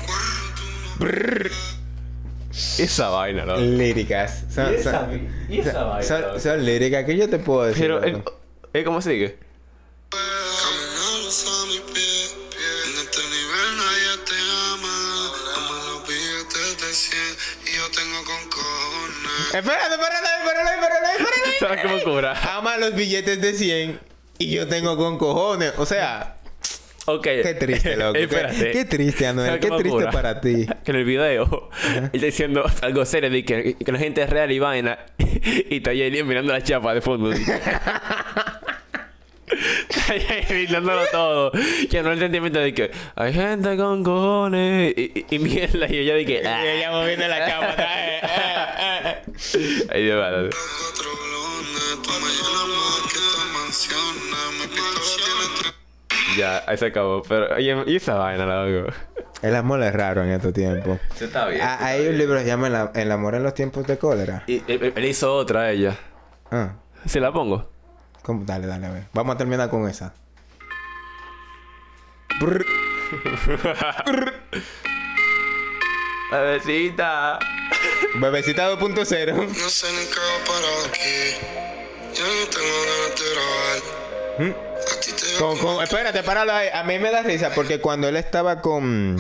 S5: Esa vaina,
S3: Eh,
S5: loco.
S3: Líricas. Son,
S5: Y esa-
S3: son-
S5: y esa
S3: son-
S5: vaina,
S3: son-
S5: loco.
S3: son líricas. ¿Qué yo te puedo decir?
S5: Pero, eh,
S3: loco?
S5: eh, ¿cómo sigue?
S6: Caminaros a mi pie. En este nivel nadie te ama. Ama los billetes de 100 y yo tengo con cojones.
S3: Espérate, espérate, espérate, espérate, espérate.
S5: ¿Sabes cómo cura?
S3: Ama los billetes de 100 y yo tengo con cojones. O sea,
S5: Ok.
S3: qué triste, loco.
S5: Espérate.
S3: Qué, qué triste, Anuel.
S5: ¿Sabes
S3: Qué
S5: cómo
S3: triste
S5: cura?
S3: para ti.
S5: Que en el video, él está diciendo algo serio de que, que la gente es real y vaina. Y está Jaylin mirando la chapa de fondo. dice. Está Yailin dándolo todo. Que no el sentimiento de que hay gente con cojones y, y- y mierda. Y ella de que. ah.
S3: moviendo la Eh,
S5: Ay, Dios mío.
S6: Cuatro blones. Tú me llenas más que esta mansión. Mi pistola tiene tres.
S5: Ya, ahí se acabó. Pero, oye, ¿y esa vaina, loco?
S3: El amor es raro en estos tiempos.
S5: Eso está
S3: Ah, hay un libro que se llama El am- El amor en los tiempos de cólera.
S5: Y, él, él hizo otra a ella.
S3: Ah,
S5: ¿Se la pongo?
S3: ¿cómo? Dale, dale, a ver. Vamos a terminar con esa. Brr.
S5: Bebecita.
S3: Bebecita 2.0.
S6: No sé ni qué va para aquí. Yo no tengo ganas de grabar. A ti te
S3: Con- con- espérate, páralo ahí. A mí me da risa porque cuando él estaba con,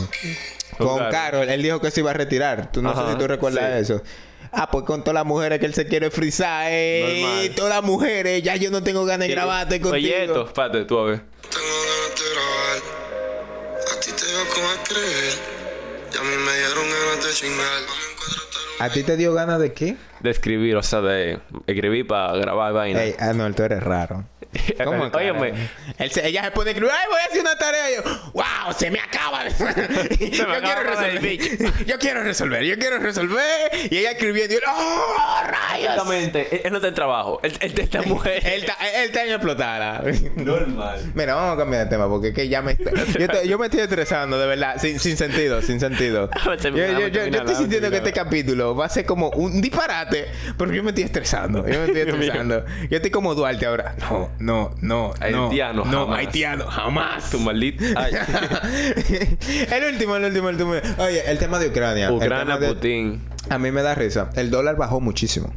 S5: Con
S3: con
S5: Carol.
S3: Carol, él dijo que se iba a retirar. Tú no
S5: Ajá,
S3: sé si tú recuerdas
S5: sí.
S3: eso. Ah, pues con todas las mujeres que él se quiere frizar, eh,
S5: Normal.
S3: todas las mujeres, ya yo no tengo ganas de grabarte contigo.
S5: Oye, esto, espérate, tú a ver.
S6: Tengo ganas de grabar. A ti te dio como escribir. Y a mí me dieron ganas de chingar.
S3: ¿A ti te dio ganas de qué?
S5: De escribir, o sea, de escribir para grabar vaina.
S3: Ey, Anuel, ah, tú eres raro. ¿Cómo que
S5: Óyeme.
S3: carajo? Él se- ella se pone cru- ¡Ay, voy a hacer una tarea! Y yo, ¡Wow! ¡Se me acaba! yo
S5: acaba
S3: quiero
S5: el
S3: resolver. yo quiero resolver. Yo quiero resolver. Y ella escribiendo. Y yo, ¡Oh, rayos!
S5: Exactamente. e-, Él, él no está en trabajo. Él, él está en mujer.
S3: Él está- él está en explotada.
S5: Normal.
S3: Mira, vamos a cambiar de tema porque es que ya me está- yo, te- yo me estoy estresando, de verdad, sin, sin sentido, sin sentido.
S5: Déjame
S3: Yo,
S5: terminar,
S3: yo-
S5: déjame
S3: yo- yo
S5: terminar,
S3: estoy
S5: déjame
S3: sintiendo que
S5: terminar.
S3: este capítulo va a ser como un disparate, pero yo me estoy estresando, yo me estoy
S5: Dios mío.
S3: estresando. Yo estoy como Duarte ahora. No, no, no, no.
S5: Haitiano,
S3: no,
S5: jamás.
S3: haitiano, jamás.
S5: Tu maldito.
S3: Ah,
S5: Ay.
S3: el último, el último, el último. Oye, el tema de Ucrania. el tema
S5: Ucrania,
S3: de-
S5: Putin.
S3: A mí me da risa. El dólar bajó muchísimo.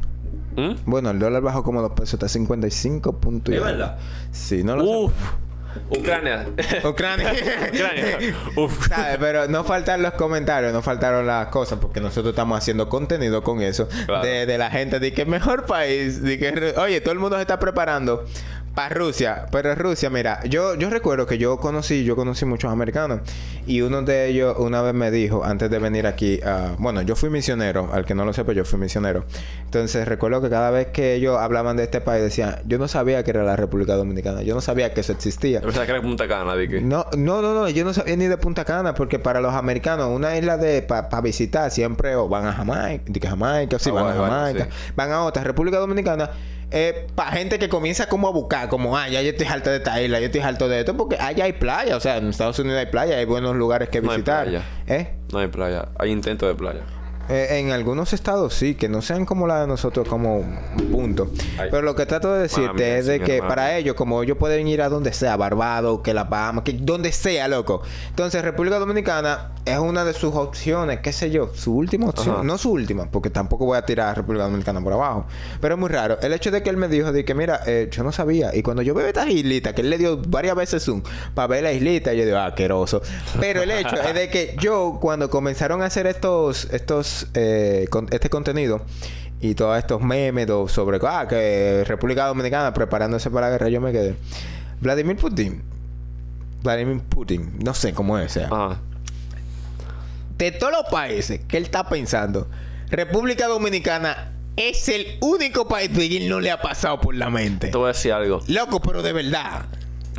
S5: ¿Mm?
S3: Bueno, el dólar bajó como dos pesos, está 55 puntos. y
S5: ¿Es
S3: algo.
S5: verdad?
S3: Sí, no lo sé.
S5: Uf. Ucrania.
S3: Ucrania.
S5: Ucrania. Uf.
S3: ¿Sabes? Pero no faltan los comentarios, no faltaron las cosas, porque nosotros estamos haciendo contenido con eso.
S5: Claro.
S3: De, de la gente, de que mejor país, de que... re- Oye, todo el mundo se está preparando para Rusia. Pero Rusia, mira, yo, yo recuerdo que yo conocí, yo conocí muchos americanos. Y uno de ellos una vez me dijo, antes de venir aquí, ah, bueno, yo fui misionero, al que no lo sepa, yo fui misionero. Entonces recuerdo que cada vez que ellos hablaban de este país, decían, yo no sabía que era la República Dominicana, yo no sabía que eso existía.
S5: O sea, que era Punta Cana, di que.
S3: No, no, no, no, yo no sabía ni de Punta Cana, porque para los americanos, una isla de para visitar siempre o van a Jamaica, de que Jamaica, sí,
S5: Ah,
S3: van a
S5: bueno, bueno,
S3: Jamaica, van a otras, República Dominicana, para gente que comienza como a buscar, como, ah, ya yo estoy harto de esta isla, yo estoy harto de esto, porque allá hay playa, o sea, en Estados Unidos hay playa, hay buenos lugares que
S5: No hay
S3: visitar.
S5: playa.
S3: ¿Eh?
S5: No hay playa. Hay intento de playa.
S3: Eh, en algunos estados sí, que no sean como la de nosotros, como un punto.
S5: Ay.
S3: Pero lo que trato de decirte
S5: mía,
S3: es de
S5: señora,
S3: que
S5: mala
S3: para
S5: mía.
S3: ellos, como ellos pueden ir a donde sea, Barbados, que La Bahamas, que donde sea, loco. Entonces, República Dominicana es una de sus opciones, qué sé yo, su última opción,
S5: Ajá.
S3: no su última, porque tampoco voy a tirar a República Dominicana por abajo. Pero es muy raro. El hecho de que él me dijo de que, mira, eh, yo no sabía. Y cuando yo veo estas islitas, que él le dio varias veces zoom para ver la islita, yo digo, ah, asqueroso. Pero el hecho es de que yo, cuando comenzaron a hacer estos, estos, eh, con- este contenido y todos estos memes do- sobre, ah, que República Dominicana preparándose para la guerra, yo me quedé. Vladimir Putin. Vladimir Putin, no sé cómo es. sea
S5: Ajá.
S3: de todos los países que él está pensando, República Dominicana es el único país que él no le ha pasado por la mente.
S5: Te voy a decir algo.
S3: Loco, pero de verdad.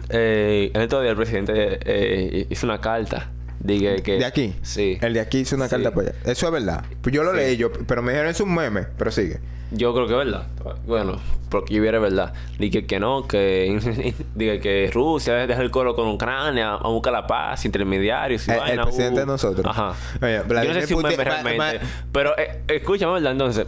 S5: Eh, en estos días el presidente eh, hizo una carta. Dije que.
S3: ¿De aquí?
S5: Sí.
S3: El de aquí hizo una
S5: Sí.
S3: carta para allá. Eso es verdad. Pues yo lo
S5: Sí.
S3: leí yo, pero me dijeron es un meme. Pero sigue.
S5: Yo creo que es verdad. Bueno, porque yo viera verdad. Dije que no, que. Dije que Rusia debe dejar el coro con Ucrania, a buscar la paz, intermediarios. y
S3: El- el
S5: vaina, uh.
S3: presidente de nosotros.
S5: Ajá.
S3: Oye,
S5: yo no
S3: Vladimir
S5: sé si un meme
S3: Putin-
S5: realmente.
S3: ma- ma-
S5: pero eh, escúchame, ¿verdad? Entonces,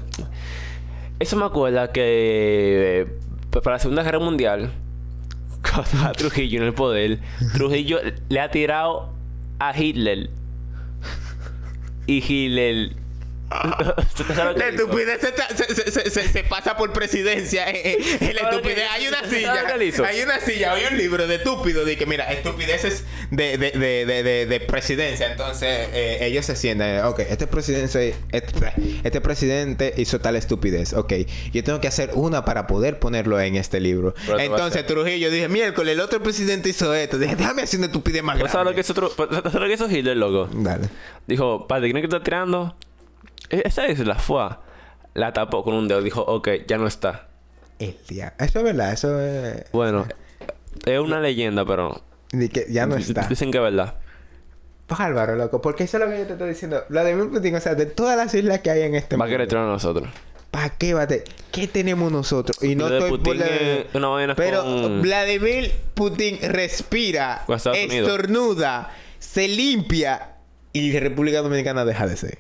S5: eso me acuerda que. eh, para la Segunda Guerra Mundial, cuando estaba Trujillo en el poder, Trujillo le ha tirado a Hitler. Y Hitler. ¿Tú te sabes lo que
S3: La
S5: dijo?
S3: estupidez se, tra- se- se- se- se- se pasa por presidencia. eh, eh, eh, la
S5: ¿Sabes lo que
S3: estupidez.
S5: hizo?
S3: Hay una
S5: ¿Sabes
S3: silla.
S5: lo que él hizo?
S3: Hay una silla. Hay un libro de estúpido. De que, mira, estupideces de, de, de, de, de- de presidencia. Entonces, eh, ellos se sientan. eh, Ok, este presidente, este, este presidente hizo tal estupidez. Ok, yo tengo que hacer una para poder ponerlo en este libro.
S5: Pero te va a
S3: Entonces,
S5: hacer.
S3: Trujillo dije, miércoles, el otro presidente hizo esto. Dije, déjame hacer una estupidez más
S5: ¿Tú
S3: grande.
S5: sabes lo que hizo, Tru- tú sabes lo que hizo Hitler, loco?
S3: Dale.
S5: Dijo, padre, ¿quién es que está tirando? E- Esa es la fue. La tapó con un dedo. Dijo, ok, ya no está.
S3: El día. Eso es verdad. Eso es...
S5: Bueno, es una leyenda, pero
S3: de que ya no está.
S5: dicen que es verdad.
S3: Bárbaro, loco, porque eso es lo que yo te estoy diciendo. Vladimir Putin, o sea, de todas las islas que hay en este
S5: Va a querer
S3: mundo.
S5: tirar a nosotros.
S3: ¿Para qué bate? ¿Qué tenemos nosotros? Y no
S5: Lo de
S3: estoy
S5: Putin
S3: la-
S5: es una vaina
S3: Pero
S5: con-
S3: Vladimir Putin respira,
S5: Con Estados Unidos.
S3: estornuda, se limpia y República Dominicana deja de ser.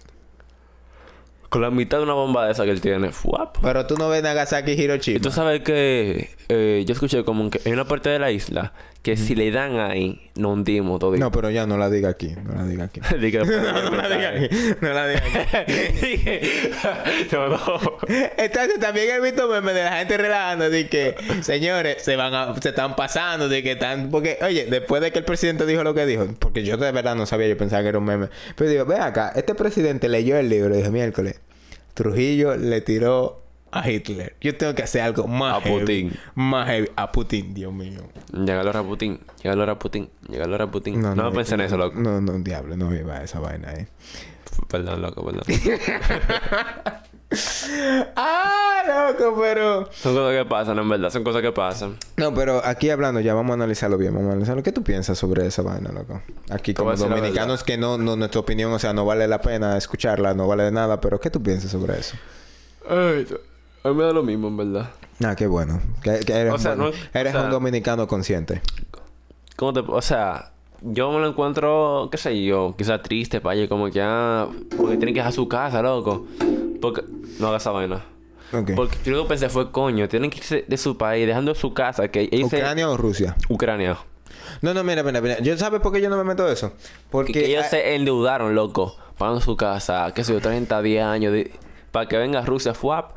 S5: Con la mitad de una bomba de esa que él tiene. Fuap.
S3: Pero tú no ves Nagasaki y Hiroshima.
S5: Y tú sabes que eh, yo escuché como que hay una parte de la isla que si le dan ahí, nos hundimos todo.
S3: No, pero ya no la diga aquí, no la diga aquí.
S5: Dije,
S3: no, no la diga aquí, no la diga aquí.
S5: Dije, no, no.
S3: Entonces también he visto memes de la gente relajando de que señores se van a, se están pasando de que están porque oye después de que el presidente dijo lo que dijo porque yo de verdad no sabía yo pensaba que era un meme pero digo ve acá este presidente leyó el libro y dijo miércoles Trujillo le tiró a Hitler yo tengo que hacer algo más
S5: A
S3: heavy,
S5: Putin.
S3: más heavy a Putin Dios mío
S5: Llega a Putin, llega a Putin, llega a Putin. No, pensé en eso, loco.
S3: no no diablo no viva esa vaina eh
S5: Perdón, loco, perdón.
S3: ¡Ay! ¡Ah, loco, pero.
S5: Son cosas que pasan, en verdad. Son cosas que pasan.
S3: No, pero aquí hablando ya, vamos a analizarlo bien, vamos a analizarlo. ¿Qué tú piensas sobre esa vaina, loco? Aquí
S5: voy a
S3: como
S5: decir la
S3: dominicanos que no, no, nuestra opinión, o sea, no vale la pena escucharla, no vale nada, pero ¿qué tú piensas sobre eso?
S5: Ay, a mí me da lo mismo, en verdad.
S3: Ah, qué bueno. Que, que eres
S5: O sea,
S3: un, buen-
S5: no- o
S3: eres
S5: sea-
S3: un dominicano consciente.
S5: ¿Cómo te...? O sea, yo me lo encuentro, qué sé yo, quizás triste, paye, como que ah... Porque tienen que dejar su casa, loco. Porque... No haga esa vaina.
S3: Ok.
S5: Porque yo lo que pensé fue, coño, tienen que irse de su país, dejando su casa, que ellos se-
S3: ¿Ucrania o Rusia?
S5: Ucrania.
S3: No, no, mira, mira, mira. ¿Yo sabes por qué yo no me meto eso?
S5: Que,
S3: Porque
S5: que ellos
S3: ah,
S5: se endeudaron, loco. Pagando su casa, qué sé yo, 30, 10 años. de- Para que venga Rusia, fuap.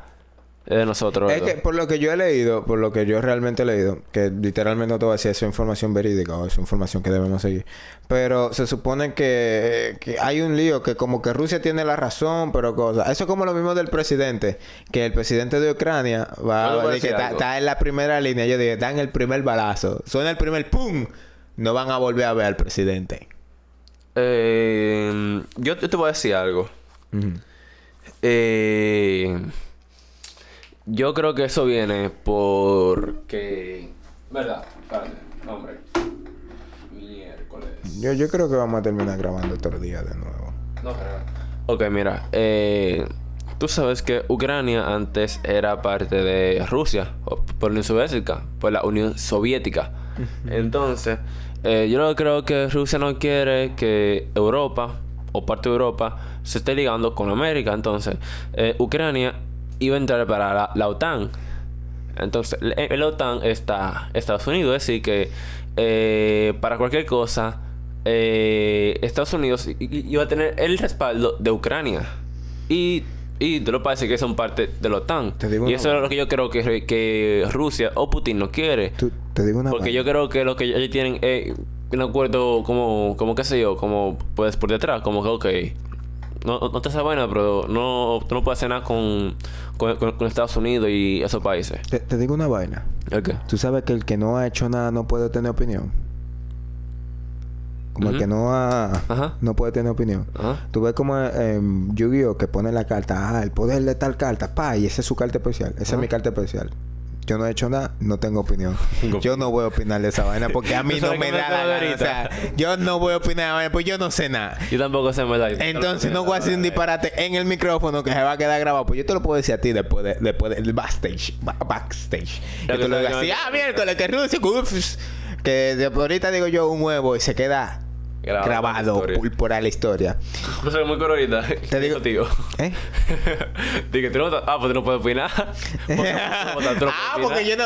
S5: Es de nosotros,
S3: Es
S5: loco.
S3: que por lo que yo he leído, por lo que yo realmente he leído, que literalmente no te voy a decir eso es información verídica o es información que debemos seguir, pero se supone que, que hay un lío que como que Rusia tiene la razón, pero cosas. Eso es como lo mismo del presidente, que el presidente de Ucrania
S5: Yo te voy
S3: va
S5: a
S3: de que
S5: decir
S3: está
S5: algo.
S3: está en la primera línea, yo dije, dan el primer balazo, suena el primer pum, no van a volver a ver al presidente.
S5: Eh, yo, yo te voy a decir algo. Eh, yo creo que eso viene porque... ¿Verdad? Espérate, hombre. Miércoles.
S3: Yo, yo creo que vamos a terminar grabando otro día de nuevo.
S5: No creo. Ok, mira. eh, Tú sabes que Ucrania antes era parte de Rusia, o por la Unión Soviética, por la Unión Soviética. Entonces, eh, yo no creo que Rusia no quiere que Europa, o parte de Europa, se esté ligando con América. Entonces, eh, Ucrania iba a entrar para la, la OTAN. Entonces, la- en la OTAN está Estados Unidos, es decir, que eh, para cualquier cosa, eh, Estados Unidos i- i- iba a tener el respaldo de Ucrania y, y de los países que son parte de la OTAN.
S3: Te digo
S5: y
S3: una
S5: eso es
S3: vaina.
S5: lo que yo creo que, que Rusia o Putin no quiere.
S3: Tú- te digo una
S5: Porque
S3: vaina.
S5: yo creo que lo que ellos tienen es un acuerdo como, como qué sé yo, como pues por detrás, como que ok, no, no te esa vaina, pero no, tú no puedes hacer nada con, con, con- con Estados Unidos y esos países.
S3: Te- te digo una vaina.
S5: Ok.
S3: Tú sabes que el que no ha hecho nada no puede tener opinión. Como el
S5: Ujú.
S3: que no ha...
S5: Ajá.
S3: No puede tener opinión.
S5: Ajá.
S3: Tú ves como en Yu-Gi-Oh! que pone la carta. Ah, el poder de tal carta. Pa, y esa es su carta especial. Esa es mi carta especial. Yo no he hecho nada, no tengo opinión. Yo no voy a opinar de esa vaina porque a mí
S5: Tú
S3: no
S5: sabes
S3: me
S5: que me
S3: da
S5: acabo
S3: la
S5: de
S3: gana. O sea, yo no voy a opinar de la vaina, pues yo no sé nada.
S5: Yo tampoco sé en verdad.
S3: Entonces no voy a hacer un disparate en el micrófono que se va a quedar grabado. Pues yo te lo puedo decir a ti después de- después del backstage. ba- backstage.
S5: Lo
S3: Que
S5: que
S3: tú lo
S5: sabe
S3: digas
S5: que
S3: así,
S5: me-
S3: ah, miércoles, que Rusia, que uf", que de- ahorita digo yo un huevo y se queda
S5: Grabado
S3: grabado
S5: en la
S3: por,
S5: historia.
S3: por la historia.
S5: No soy muy cororita.
S3: Te digo-
S5: Contigo.
S3: ¿Eh?
S5: Dije, tú no... Ah, pues tú no puedes opinar.
S3: ah, porque yo no.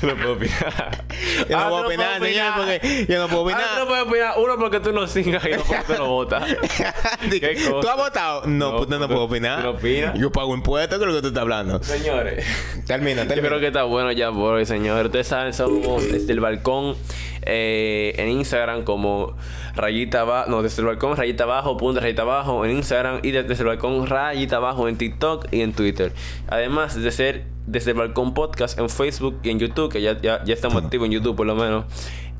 S5: Tú no puedes opinar.
S3: Yo no
S5: Ah,
S3: puedo
S5: tú
S3: opinar,
S5: puedes
S3: señor,
S5: opinar.
S3: porque yo no puedo
S5: Ah, tú no
S3: opinar.
S5: puedes opinar. Uno, porque tú no singas y dos, porque tú no votas. ¿Qué cosa?
S3: ¿Tú has votado? No,
S5: No,
S3: pues no, no
S5: tú-
S3: puedo
S5: tú no
S3: opinar.
S5: opinas.
S3: Yo pago impuestos, creo que tú estás hablando.
S5: Señores.
S3: Termina,
S5: Yo creo
S3: termina.
S5: que está bueno ya por hoy, señores. Ustedes saben, somos desde el balcón eh, en Instagram como rayita abajo, no, desde el balcón rayita abajo, punto rayita abajo en Instagram y desde el balcón rayita abajo en TikTok y en Twitter. Además de ser desde el balcón podcast en Facebook y en YouTube, que ya, ya, ya estamos activos en YouTube por lo menos.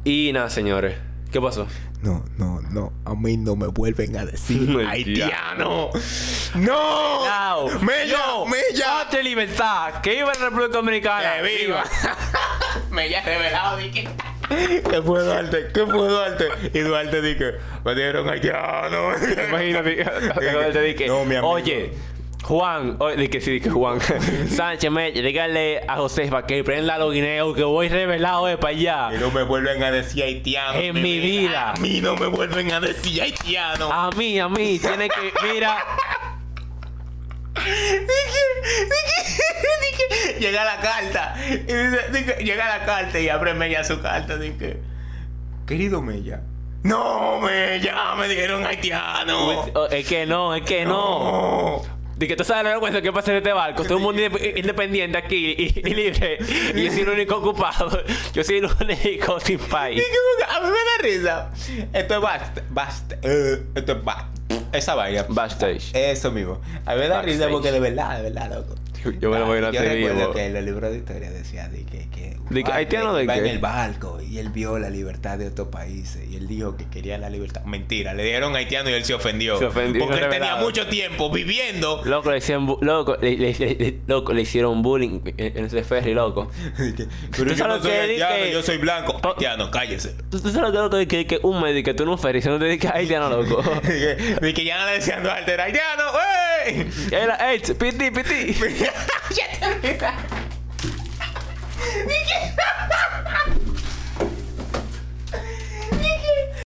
S5: Y nada, señores. ¿Qué pasó?
S3: No, no, no. A mí no me vuelven a decir
S5: Mentira.
S3: haitiano. ¡No! ¡Mella! ¡Mella!
S5: ¡Patria y libertad! ¡Que viva la República Dominicana!
S3: ¡Que viva! Mella revelado, dije. ¿Qué fue Duarte? ¿Qué fue Duarte? Y Duarte dije, me dieron haitiano.
S5: Imagínate, te dije,
S3: No, mi amigo.
S5: oye, Juan, oye, di que sí, di que Juan, Sánchez, me, dígale a José para que prenda los guineos que voy revelado de para allá.
S3: Y no me vuelven a decir haitiano.
S5: En mi vida.
S3: A mí no me vuelven a decir haitiano.
S5: A mí, a mí, tiene que, mira,
S3: Dije, dije, dije, llega la carta. Y dice, dije, llega la carta y abre Mella su carta. Dije, querido Mella. No, Mella, me dijeron haitiano.
S5: oh, es que no, es que no. Di que tú sabes la vergüenza que pasa en este barco. Todo el mundo inde- independiente aquí y, y libre. Y yo soy el único ocupado. Yo soy el único sin país.
S3: Dije, porque a mí me da risa. Esto es basta, basta. eh, esto es basta. Esa vaina.
S5: Backstage.
S3: Eso mismo. A mí me da risa
S5: Backstage.
S3: porque de verdad, de verdad, loco.
S5: Yo me lo imagino así
S3: Yo recuerdo
S5: mismo.
S3: que en los libros de historia decía de que, que,
S5: De que haitiano de
S3: iba en
S5: qué.
S3: el barco y él vio la libertad de otros países y él dijo que quería la libertad. Mentira, le dieron haitiano y él se ofendió.
S5: Se ofendió,
S3: porque él tenía
S5: revelado.
S3: mucho tiempo viviendo.
S5: Loco, le hicieron, bu- loco, le, le- le- loco, le hicieron bullying en en ese ferry, loco.
S3: Pero
S5: ¿Tú
S3: yo
S5: sabes lo
S3: no soy
S5: que di
S3: haitiano,
S5: que-
S3: yo soy blanco.
S5: Pa-
S3: Haitiano, cállese.
S5: ¿Tú, tú sabes lo que loco, que, que un médico, tú en un ferry, si no te dedicas a haitiano, loco.
S3: De que ya no le decían Duarte, era haitiano, ¡wey!
S5: Era, hey, piti, piti.
S3: Ya te olvidaste.